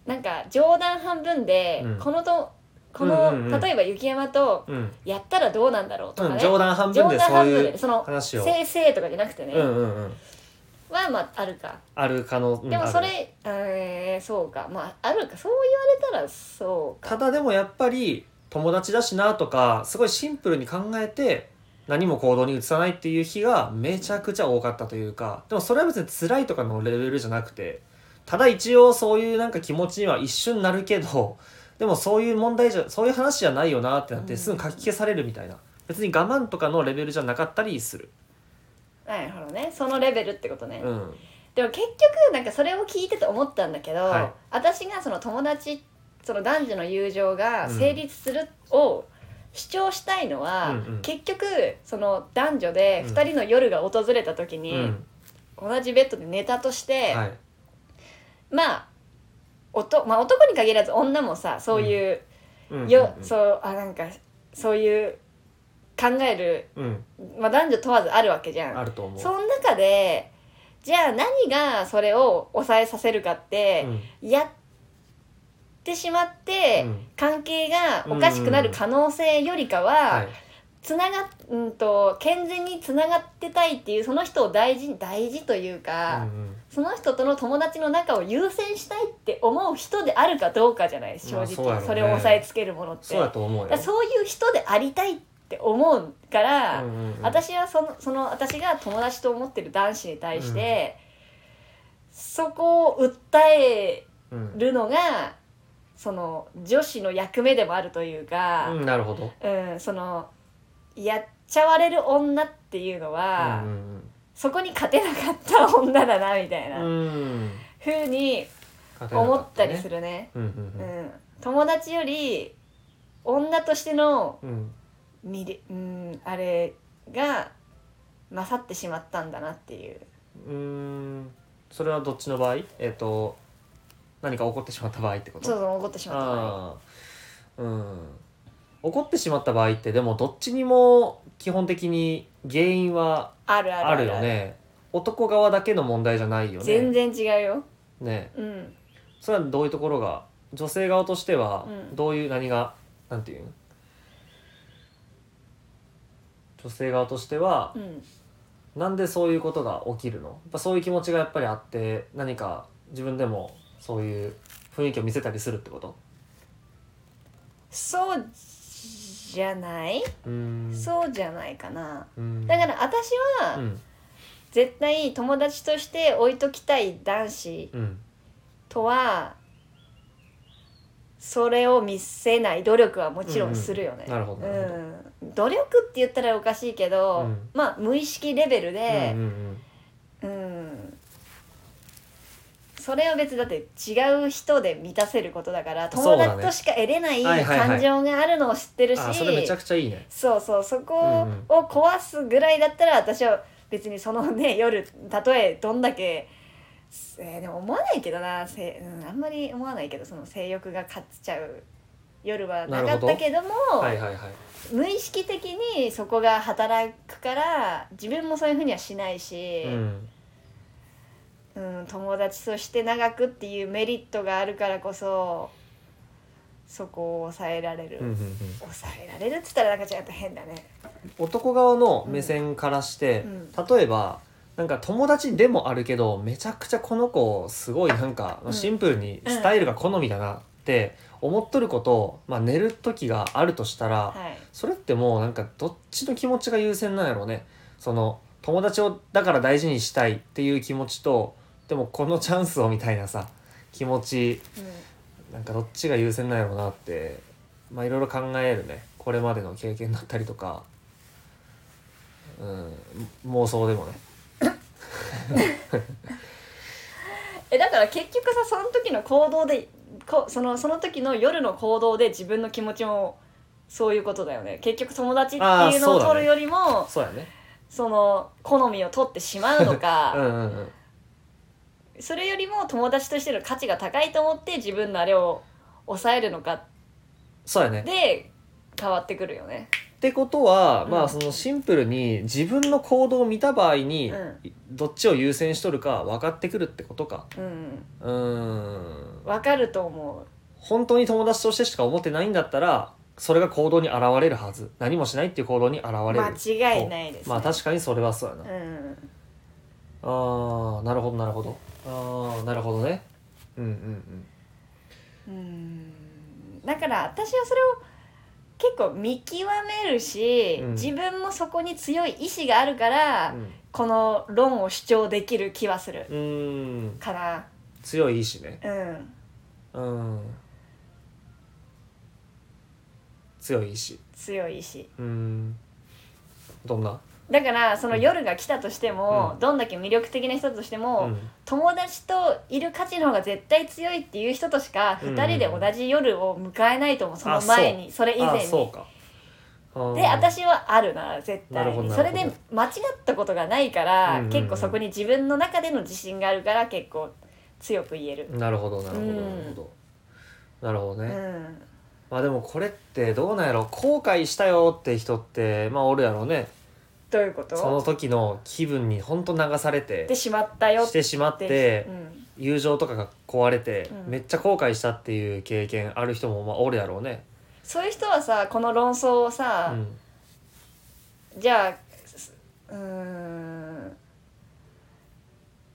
Speaker 2: なんか冗談半分で、
Speaker 1: うん
Speaker 2: このとこ
Speaker 1: う
Speaker 2: の、
Speaker 1: んうんうん
Speaker 2: 例えば雪山と
Speaker 1: うん。
Speaker 2: やったらどうなんだろうとか
Speaker 1: う
Speaker 2: ね、
Speaker 1: ん、冗談半分
Speaker 2: 冗
Speaker 1: で
Speaker 2: 談
Speaker 1: そう
Speaker 2: 半分
Speaker 1: い
Speaker 2: で
Speaker 1: う
Speaker 2: その
Speaker 1: 話を。
Speaker 2: せいせいとかじゃなくてね、
Speaker 1: うんうんうん。
Speaker 2: はまああるか
Speaker 1: ある可能、うん
Speaker 2: でも
Speaker 1: ある
Speaker 2: それ、えーそうかまああるかそう言われたらそうか
Speaker 1: ただでもやっぱり友達だしなとかすごいシンプルに考えて何も行動に移さないっていう日がめちゃくちゃ多かったというかでもそれは別に辛いとかのレベルじゃなくてただ一応そういうなんか気持ちには一瞬なるけどでもそういう問題じゃそういう話じゃないよなってなっ
Speaker 2: う
Speaker 1: て
Speaker 2: ん
Speaker 1: すぐ書き消されるみたいな別に我慢とかのレベルじゃなかったりする。
Speaker 2: なるほどねそのレベルってことね、
Speaker 1: うん
Speaker 2: でも結局なんかそれを聞いてて思ったんだけど、
Speaker 1: はい
Speaker 2: 私がその友達その男女の友情が
Speaker 1: うん
Speaker 2: 成立するを主張したいのは、
Speaker 1: うんうん
Speaker 2: 結局その男女で2人の夜が訪れた時
Speaker 1: う
Speaker 2: に、
Speaker 1: ん
Speaker 2: 同じベッドで寝たとして、
Speaker 1: はい
Speaker 2: まあおとまあ、男に限らず女もさそういう,、
Speaker 1: うんうん
Speaker 2: よそうあなんかそういう考える、
Speaker 1: うん
Speaker 2: まあ、男女問わずあるわけじゃん。
Speaker 1: あると思う。
Speaker 2: その中でじゃあ何がそれを抑えさせるかって
Speaker 1: う、ん
Speaker 2: やってしまって、
Speaker 1: うん
Speaker 2: 関係がおかしくなる可能性よりかは、
Speaker 1: はい
Speaker 2: つながうんと健全につながってたいっていうその人を大事に大事というか、
Speaker 1: うんうん
Speaker 2: その人との友達の仲を優先したいって思う人であるかどうかじゃない正
Speaker 1: ま
Speaker 2: 直
Speaker 1: あ、そうやろうね
Speaker 2: れを押さえつけるものって
Speaker 1: そうだと思う
Speaker 2: だか
Speaker 1: よ
Speaker 2: ら。そういう人でありたいって思うから、
Speaker 1: うんうんうん
Speaker 2: 私はそのその私が友達と思ってる男子に対して、そこを訴え
Speaker 1: うん
Speaker 2: るのがその女子の役目でもあるというか、
Speaker 1: うんなるほど。
Speaker 2: うんそのやっちゃわれる女っていうのは、
Speaker 1: うん
Speaker 2: そこに勝てなかった女だなみたい
Speaker 1: うん
Speaker 2: な、
Speaker 1: うんうん
Speaker 2: ふうに
Speaker 1: 勝てなか
Speaker 2: 思ったりす
Speaker 1: る。
Speaker 2: るね。
Speaker 1: うん
Speaker 2: う
Speaker 1: うんうん
Speaker 2: ん、友達より女としての
Speaker 1: うん
Speaker 2: 見れうんあれが勝ってしまったんだなっていう
Speaker 1: うーんそれはどっちの場合えっ、と何か起こってしまった場合ってこと
Speaker 2: そうそう怒ってしまった場合
Speaker 1: ああうん怒ってしまった場合ってでもどっちにも基本的に原因は
Speaker 2: あるある
Speaker 1: あるよね男側だけの問題じゃないよね
Speaker 2: 全然違うよ
Speaker 1: ね
Speaker 2: うん
Speaker 1: それはどういうところが女性側としては
Speaker 2: うん
Speaker 1: どういう何が、なんていうの女性側としては
Speaker 2: うん
Speaker 1: なんでそういうことが起きるのやっぱそういう気持ちがやっぱりあって何か自分でもそういう雰囲気を見せたりするってこと
Speaker 2: そうじゃない、
Speaker 1: うーん
Speaker 2: そうじゃないかな
Speaker 1: うん
Speaker 2: だから私
Speaker 1: う
Speaker 2: は
Speaker 1: ん
Speaker 2: 絶対友達として置いときたい男子
Speaker 1: うん
Speaker 2: とはそれを見せない努力はもちろんするよね、
Speaker 1: うんうんなるほどなるほど
Speaker 2: うん努力って言ったらおかしいけど、
Speaker 1: うん
Speaker 2: まあ無意識レベルで、
Speaker 1: うんうん
Speaker 2: うんそれは別だって違う人で満たせることだから
Speaker 1: そう
Speaker 2: 友
Speaker 1: だね
Speaker 2: 達としか得れない
Speaker 1: はいはいはい
Speaker 2: 感情があるのを知って
Speaker 1: う
Speaker 2: る
Speaker 1: ん、
Speaker 2: し、
Speaker 1: あそれめちゃくちゃいいね
Speaker 2: そうそうそこ
Speaker 1: うんうん
Speaker 2: を壊すぐらいだったら私は別にそのね [LAUGHS] 夜たとえどんだけ、えーでも思わないけどなせ、うん、あんまり思わないけどその性欲が勝っちゃう夜はなかったけども
Speaker 1: はいはいはい
Speaker 2: 無意識的にそこが働くから自分もそういうふうにはしないし。
Speaker 1: うん
Speaker 2: うん、友達として長くっていうメリットがあるからこそそこを抑えられる、
Speaker 1: うんうんうん
Speaker 2: 抑えられるって言ったらなんかちょっと変だね
Speaker 1: 男側の目線からして、
Speaker 2: う
Speaker 1: 例えばなんか友達でもあるけどめちゃくちゃこの子すごいなんか
Speaker 2: うん
Speaker 1: シンプルにスタイルが好みだなって思っとることを、まあ、寝る時があるとしたら、
Speaker 2: はい
Speaker 1: それってもうなんかどっちの気持ちが優先なんやろうねその友達をだから大事にしたいっていう気持ちとでもこのチャンスをみたいなさ気持ちなんかどっちが優先なんやろうなってまあいろいろ考えるねこれまでの経験だったりとか、うん、妄想でもね
Speaker 2: えだから結局さその時の行動でこそのその時の夜の行動で自分の気持ちもそういうことだよね結局友達って
Speaker 1: あ
Speaker 2: い
Speaker 1: ー
Speaker 2: うの
Speaker 1: そう
Speaker 2: を
Speaker 1: だね
Speaker 2: 取るよりもそ,、
Speaker 1: そうやね
Speaker 2: の好みを取ってしまうの
Speaker 1: うん
Speaker 2: か、
Speaker 1: うんうん
Speaker 2: それよりも友達としての価値が高いと思って自分のあれを抑えるのか
Speaker 1: そうやね
Speaker 2: で変わってくるよね。
Speaker 1: ってことは、
Speaker 2: うん
Speaker 1: まあそのシンプルに自分の行動を見た場合に、
Speaker 2: うん
Speaker 1: どっちを優先しとるか分かってくるってことか
Speaker 2: うん
Speaker 1: うーん
Speaker 2: わかると思
Speaker 1: 本当に友達としてしか思ってないんだったらそれが行動に現れるはず何もしないっていう行動に現れ
Speaker 2: う
Speaker 1: る
Speaker 2: 間違いないです、ね、
Speaker 1: まあ確かにそれはそうやな、あ
Speaker 2: うん
Speaker 1: あなるほどなるほどああなるほどねうんうん
Speaker 2: うんだから私はそれを結構見極めるし、
Speaker 1: うん
Speaker 2: 自分もそこに強い意志があるから、
Speaker 1: うん
Speaker 2: この論を主張できる気はする
Speaker 1: うーん
Speaker 2: かな
Speaker 1: 強い意志ね
Speaker 2: う
Speaker 1: う
Speaker 2: ん
Speaker 1: ん強い意志
Speaker 2: 強い意志
Speaker 1: うんどんな
Speaker 2: だからその夜が来たとしても、
Speaker 1: うん
Speaker 2: どんだけ魅力的な人として
Speaker 1: う
Speaker 2: も、
Speaker 1: ん
Speaker 2: 友達といる価値の方が絶対強いっていう人としか
Speaker 1: うん
Speaker 2: 2人で同じ夜を迎えないと思うその前にそれ以
Speaker 1: あ
Speaker 2: 前
Speaker 1: あそう
Speaker 2: に。
Speaker 1: かあ
Speaker 2: で私はあるな絶
Speaker 1: なる
Speaker 2: 対
Speaker 1: ほど
Speaker 2: に
Speaker 1: な
Speaker 2: そ
Speaker 1: る
Speaker 2: れ
Speaker 1: ほど
Speaker 2: で間違ったことがないから、
Speaker 1: うんうんうん
Speaker 2: 結構そこに自分の中での自信があるから結構強く言える、
Speaker 1: なるほどなるほど
Speaker 2: うん
Speaker 1: なるほどなるほど
Speaker 2: う
Speaker 1: ね、
Speaker 2: ん、
Speaker 1: まあでもこれってどうなんやろ後悔したよって人ってまあおるやろうね
Speaker 2: どういうこ
Speaker 1: その
Speaker 2: と
Speaker 1: 時の気分にほんと流され
Speaker 2: で
Speaker 1: て
Speaker 2: しまったよっ
Speaker 1: しててしまって
Speaker 2: うん、
Speaker 1: 友情とかが壊れて、
Speaker 2: うん
Speaker 1: めっちゃ後悔したっていう経験ある人もまあおるやろうね。
Speaker 2: そういう人はさこの論争を
Speaker 1: う
Speaker 2: さ、
Speaker 1: ん、
Speaker 2: じゃあうーん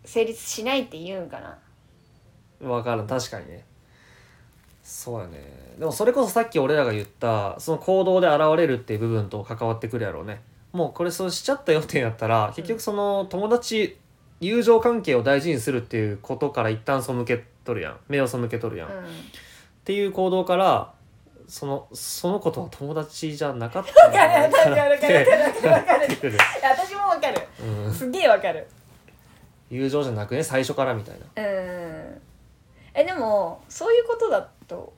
Speaker 2: 成立しないって言うんかな
Speaker 1: 分からん確かにね。そうやねでもそれこそさっき俺らが言ったその行動で現れるっていう部分と関わってくるやろうね。もうこれそうしちゃったよってやったら結局その友達友情関係を大事にするっていうことから一旦背けとるやん目を背けとるやん。
Speaker 2: う
Speaker 1: っ
Speaker 2: ん
Speaker 1: ていう行動からそのその子とは友達じゃなかったんじゃ [LAUGHS] ないかなっ
Speaker 2: [LAUGHS] いやいや
Speaker 1: て
Speaker 2: わかるわかるわかるわかる
Speaker 1: なってくる。
Speaker 2: 私もわかる
Speaker 1: [LAUGHS] うん
Speaker 2: すげえわかる
Speaker 1: 友情じゃなくね最初からみたいな
Speaker 2: うんえでもそういうことだと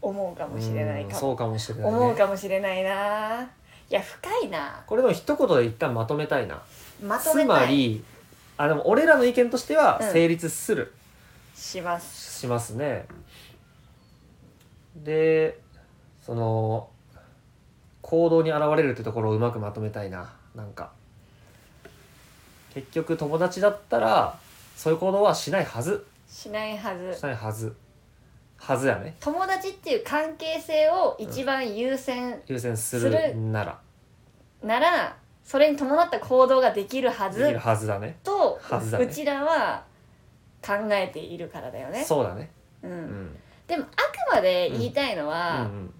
Speaker 2: 思うかもしれない
Speaker 1: うん
Speaker 2: か
Speaker 1: そ
Speaker 2: も、
Speaker 1: うかもしれない、ね、
Speaker 2: 思うかもしれないないや深いな
Speaker 1: これでも一言で一旦まとめたいな
Speaker 2: まと
Speaker 1: つ
Speaker 2: め
Speaker 1: ま
Speaker 2: たい
Speaker 1: りあでも俺らの意見としては
Speaker 2: うん
Speaker 1: 成立する、
Speaker 2: します
Speaker 1: しますねでその行動に現れるってところをうまくまとめたいななんか結局友達だったらそういう行動はしないはず
Speaker 2: しないはず
Speaker 1: しないはずはずやね
Speaker 2: 友達っていう関係性を一番優先
Speaker 1: 優先す
Speaker 2: する
Speaker 1: るなら
Speaker 2: ならそれに伴った行動ができるは
Speaker 1: でき
Speaker 2: ず
Speaker 1: るはずだね
Speaker 2: と
Speaker 1: はずだね
Speaker 2: うちらは考えているからだよね。
Speaker 1: そうだね
Speaker 2: うん
Speaker 1: うん
Speaker 2: でもあくまで言いたいのは、
Speaker 1: うん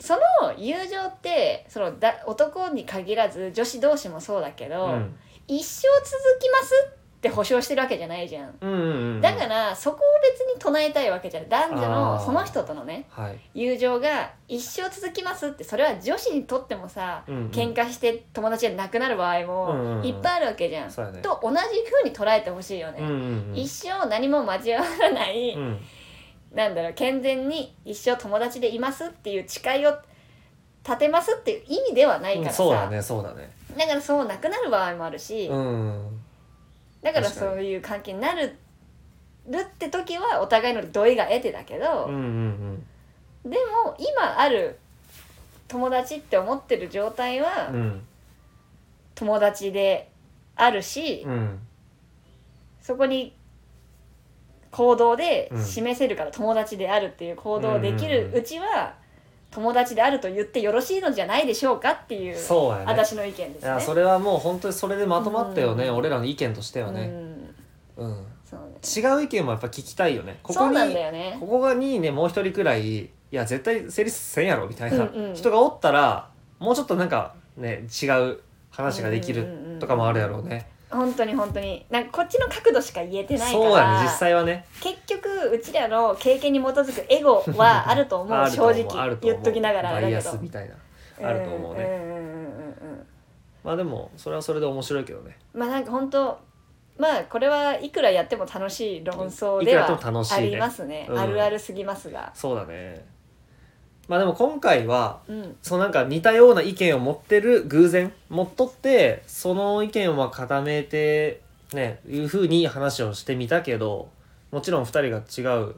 Speaker 2: その友情ってそのだ男に限らず女子同士もそうだけ
Speaker 1: う
Speaker 2: ど、
Speaker 1: んうん
Speaker 2: 一生続きますって保証してるわけじゃないじゃん。
Speaker 1: うんうんうん
Speaker 2: だからそこを別に唱えたいわけじゃない男女
Speaker 1: あ
Speaker 2: の
Speaker 1: ー
Speaker 2: その人とのね
Speaker 1: はい、
Speaker 2: 友情が一生続きますってそれは女子にとってもさ、
Speaker 1: うんうん
Speaker 2: 喧嘩して友達がなくなる場合
Speaker 1: うんうんう
Speaker 2: も
Speaker 1: ん
Speaker 2: いっぱいあるわけじゃん。
Speaker 1: そうやね
Speaker 2: と同じ風に捉えてほしいよね。
Speaker 1: うんうんうん
Speaker 2: 一生何も交わら
Speaker 1: [LAUGHS]
Speaker 2: ない、
Speaker 1: うん
Speaker 2: なんだろう健全に一生友達でいますっていう誓いを立てますっていう意味ではないからさ、
Speaker 1: そうだねそうだね
Speaker 2: だからそうなくなる場合もあるし、
Speaker 1: うん
Speaker 2: だから
Speaker 1: 確かに
Speaker 2: そういう関係になるるって時はお互いの同意が得てだけ
Speaker 1: うんう
Speaker 2: ど、
Speaker 1: ん
Speaker 2: でも今ある友達って思ってる状態は
Speaker 1: うんうん
Speaker 2: 友達であるし、
Speaker 1: うん
Speaker 2: そこに行動で示せるから友達であるっていう行動をでき
Speaker 1: うんう
Speaker 2: る
Speaker 1: んうん
Speaker 2: うちは友達であると言ってよろしいのじゃないでしょうかっていう
Speaker 1: そうやね
Speaker 2: 私の意見です
Speaker 1: い
Speaker 2: ね
Speaker 1: や。それはもう本当にそれでまとまったよね、
Speaker 2: うん
Speaker 1: 俺らの意見としては
Speaker 2: う
Speaker 1: ね、
Speaker 2: ん
Speaker 1: うん
Speaker 2: そうね
Speaker 1: 違う意見もやっぱ聞きたいよねこ
Speaker 2: そ
Speaker 1: こ
Speaker 2: う
Speaker 1: に
Speaker 2: なんだよね
Speaker 1: ここがにねもう一人くらいいや絶対成立せんやろみたいな
Speaker 2: うんうん
Speaker 1: 人がおったら、もうちょっとなんかね違う話ができ
Speaker 2: うんうんうんう
Speaker 1: る
Speaker 2: ん
Speaker 1: とかもあるやろうね、
Speaker 2: 本当に本当になんかこっちの角度しか言えてないか
Speaker 1: そうや
Speaker 2: ら、
Speaker 1: ね実際はね
Speaker 2: 結局うちらの経験に基づくエゴはあると思
Speaker 1: [LAUGHS]
Speaker 2: う
Speaker 1: あると
Speaker 2: 正
Speaker 1: 思うあ
Speaker 2: 直
Speaker 1: ると思
Speaker 2: 言
Speaker 1: う
Speaker 2: っときながら
Speaker 1: バ
Speaker 2: だけ
Speaker 1: イ
Speaker 2: ど
Speaker 1: アスみたいなあると思うね
Speaker 2: んうんうんうんうん
Speaker 1: まあでもそれはそれで面白いけどね
Speaker 2: まあなんか本当まあこれはいくらやっても楽しい論争
Speaker 1: い
Speaker 2: で
Speaker 1: く
Speaker 2: は
Speaker 1: らやっても楽しい
Speaker 2: あ
Speaker 1: ね
Speaker 2: りますね
Speaker 1: うん
Speaker 2: あるあるすぎますが、
Speaker 1: そうだねまあでも今回は
Speaker 2: うん、
Speaker 1: そうなんか似たような意見を持ってる偶然持っとってその意見をまあ固めてねいうふうに話をしてみたけどもちろん2人が違う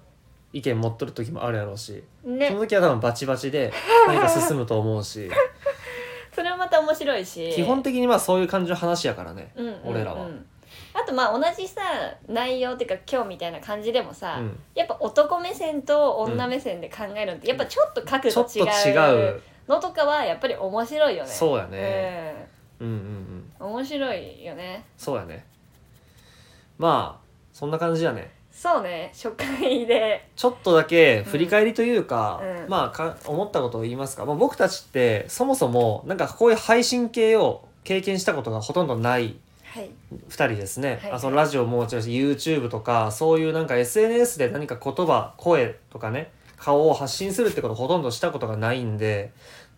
Speaker 1: 意見持っとる時もあるやろうし、そ
Speaker 2: ね
Speaker 1: の時は多分バチバチで何か進むと思うし
Speaker 2: それはまた面白いし
Speaker 1: 基本的にまあそういう感じの話やからね、
Speaker 2: うんうんうん
Speaker 1: 俺らは。
Speaker 2: あとまあ同じさ内容っていうか今日みたいな感じでもさ、
Speaker 1: うん
Speaker 2: やっぱ男目線と女目線で考えるのってやっぱちょっと角
Speaker 1: ちょっと
Speaker 2: 度違
Speaker 1: 違
Speaker 2: う
Speaker 1: う
Speaker 2: のとかはやっぱり面白いよね
Speaker 1: そうやね、うんうんうん
Speaker 2: うん、面白いよね
Speaker 1: そうやねまあそんな感じやね
Speaker 2: そうね初回で
Speaker 1: ちょっとだけ振り返りというか、
Speaker 2: うんうん
Speaker 1: まあか思ったことを言いますか、まあ、僕たちってそもそもなんかこういう配信系を経験したことがほとんどない
Speaker 2: はい
Speaker 1: 2人ですね、
Speaker 2: はい
Speaker 1: あそのラジオももちろんし YouTube とかそういうなんか SNS で何か言葉声とかね顔を発信するってことをほとんどしたことがないんで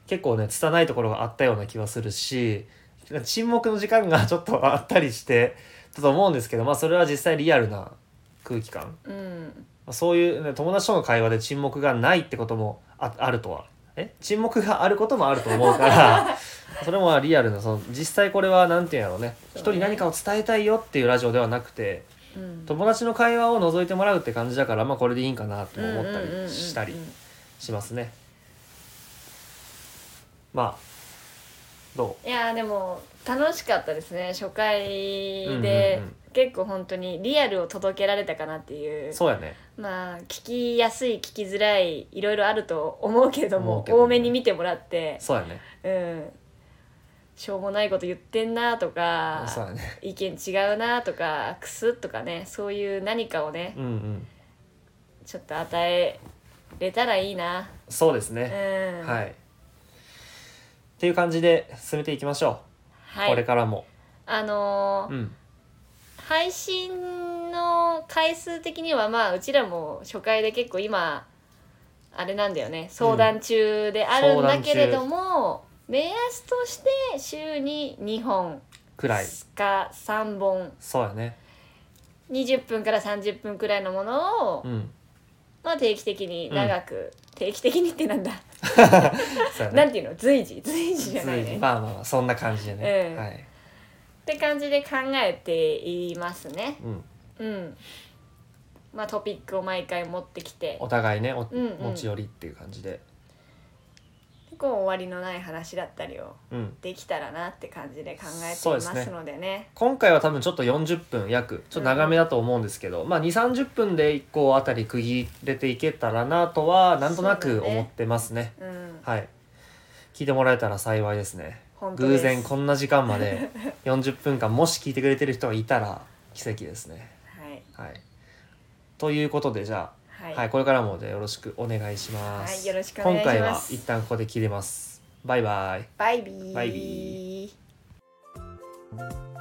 Speaker 1: 結構ね拙いところがあったような気はするし沈黙の時間がちょっとあったりしてたと思うんですけどまあそれは実際リアルな空気感
Speaker 2: うん
Speaker 1: まあそういう、ね、友達との会話で沈黙がないってこともああるとはえ沈黙があることもあると思うから
Speaker 2: [LAUGHS]
Speaker 1: それもまあリアルなその実際これは何て言うんやろうね
Speaker 2: そうね
Speaker 1: 人に何かを伝えたいよっていうラジオではなくて
Speaker 2: うん
Speaker 1: 友達の会話を覗いてもらうって感じだからまあこれでいいんかなとも思った
Speaker 2: うんうんうんうん
Speaker 1: りしたりしますね。まあど
Speaker 2: いやーでも楽しかったですね初回
Speaker 1: う
Speaker 2: で
Speaker 1: んうんうん
Speaker 2: 結構本当にリアルを届けられたかなっていうう
Speaker 1: そうやね
Speaker 2: まあ聞きやすい聞きづらいいろいろあると思うけど
Speaker 1: 思
Speaker 2: も
Speaker 1: うけども
Speaker 2: 多めに見てもらって
Speaker 1: そうやね
Speaker 2: うんしょうもないこと言ってんなとか
Speaker 1: そうやね
Speaker 2: 意見違うなとかクスッとかねそういう何かをね
Speaker 1: うんうん
Speaker 2: ちょっと与えれたらいいな
Speaker 1: そうです
Speaker 2: うん
Speaker 1: ね、は。
Speaker 2: はい
Speaker 1: っていう感じで進めていきましょう。これ
Speaker 2: い
Speaker 1: からも。
Speaker 2: あのー
Speaker 1: うん、
Speaker 2: 配信の回数的にはまあうちらも初回で結構今あれなんだよね相談中であるんだけれども、目安として週に2本
Speaker 1: くらい。
Speaker 2: か3本
Speaker 1: そうやね。
Speaker 2: 20分から30分くらいのものを、
Speaker 1: うん。
Speaker 2: まあ、定期的に長く、定期的にってなんだ、
Speaker 1: そうや
Speaker 2: な
Speaker 1: ね。
Speaker 2: んていうの随時随時じゃない
Speaker 1: つい
Speaker 2: ね
Speaker 1: にまあまあまあ、そんな感じでね。
Speaker 2: うん
Speaker 1: はい。
Speaker 2: って感じで考えていますね
Speaker 1: うん。
Speaker 2: うんまあトピックを毎回持ってきて
Speaker 1: お互いね、お、
Speaker 2: んうん
Speaker 1: 持ち寄りっていう感じで。
Speaker 2: 結構終わりのない話だったりを
Speaker 1: うん。
Speaker 2: できたらなって感じで考えて
Speaker 1: そうで
Speaker 2: い
Speaker 1: す
Speaker 2: ま
Speaker 1: ね
Speaker 2: すのでね
Speaker 1: 今回は多分ちょっと40分約ちょっと長めだと思うんですけど、まあ2 3 0分で1個あたり区切れていけたらなとはなんとな
Speaker 2: そう
Speaker 1: く
Speaker 2: だね
Speaker 1: 思ってますね
Speaker 2: うん
Speaker 1: はい聞いてもらえたら幸いですね
Speaker 2: 本当で
Speaker 1: 偶
Speaker 2: す
Speaker 1: 然こんな時間ま
Speaker 2: [LAUGHS]
Speaker 1: で40分間もし聞いてくれてる人がいたら奇跡ですね
Speaker 2: はい
Speaker 1: はいということでじゃあ
Speaker 2: はい、
Speaker 1: はい、これからもじゃあよろしくお願いします。
Speaker 2: はいよろしくお願いします
Speaker 1: 今回は一旦ここで切れます。バイバイ。
Speaker 2: バイビー
Speaker 1: バイビ
Speaker 2: ー